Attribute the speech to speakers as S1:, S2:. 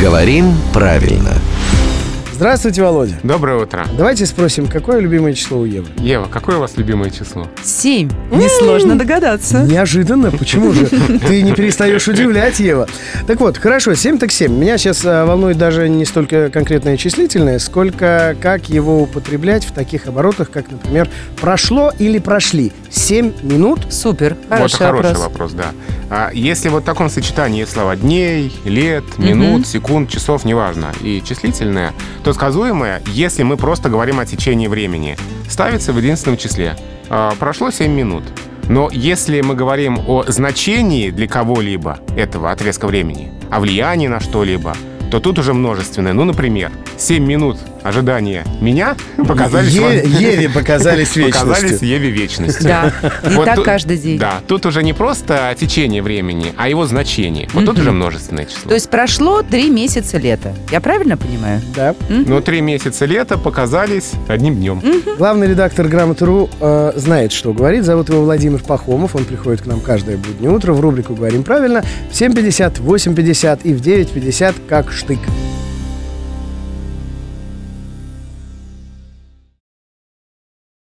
S1: Говорим правильно.
S2: Здравствуйте, Володя.
S3: Доброе утро.
S2: Давайте спросим, какое любимое число у Евы?
S3: Ева, какое у вас любимое число?
S4: Семь. Несложно догадаться.
S2: Неожиданно, почему же? Ты не перестаешь удивлять, Ева. Так вот, хорошо, 7 так 7. Меня сейчас э, волнует даже не столько конкретное числительное, сколько как его употреблять в таких оборотах, как, например, прошло или прошли 7 минут.
S4: Супер.
S3: вот
S4: Хороший
S3: хороший
S4: вопрос.
S3: вопрос, да. А если вот в таком сочетании есть слова дней, лет, минут, секунд, часов, неважно, и числительное, то сказуемое, если мы просто говорим о течении времени, ставится в единственном числе. А, прошло 7 минут. Но если мы говорим о значении для кого-либо этого отрезка времени, о влиянии на что-либо, то тут уже множественное. Ну, например, 7 минут ожидания меня показались вам-
S2: Е- Еве показались
S3: показались
S2: вечностью.
S3: Еве вечностью.
S4: Да. И
S3: Вот
S4: так
S3: тут-
S4: каждый день.
S3: Да, тут уже не просто течение времени, а его значение. Вот тут уже множественное число.
S4: То есть прошло три месяца лета. Я правильно понимаю?
S2: Да.
S3: Но три месяца лета показались одним днем.
S2: Главный редактор «Грамоты.ру» э, знает, что говорит. Зовут его Владимир Пахомов. Он приходит к нам каждое буднее утро в рубрику «Говорим правильно» в 7.50, 8.50 и в 9.50 как штык.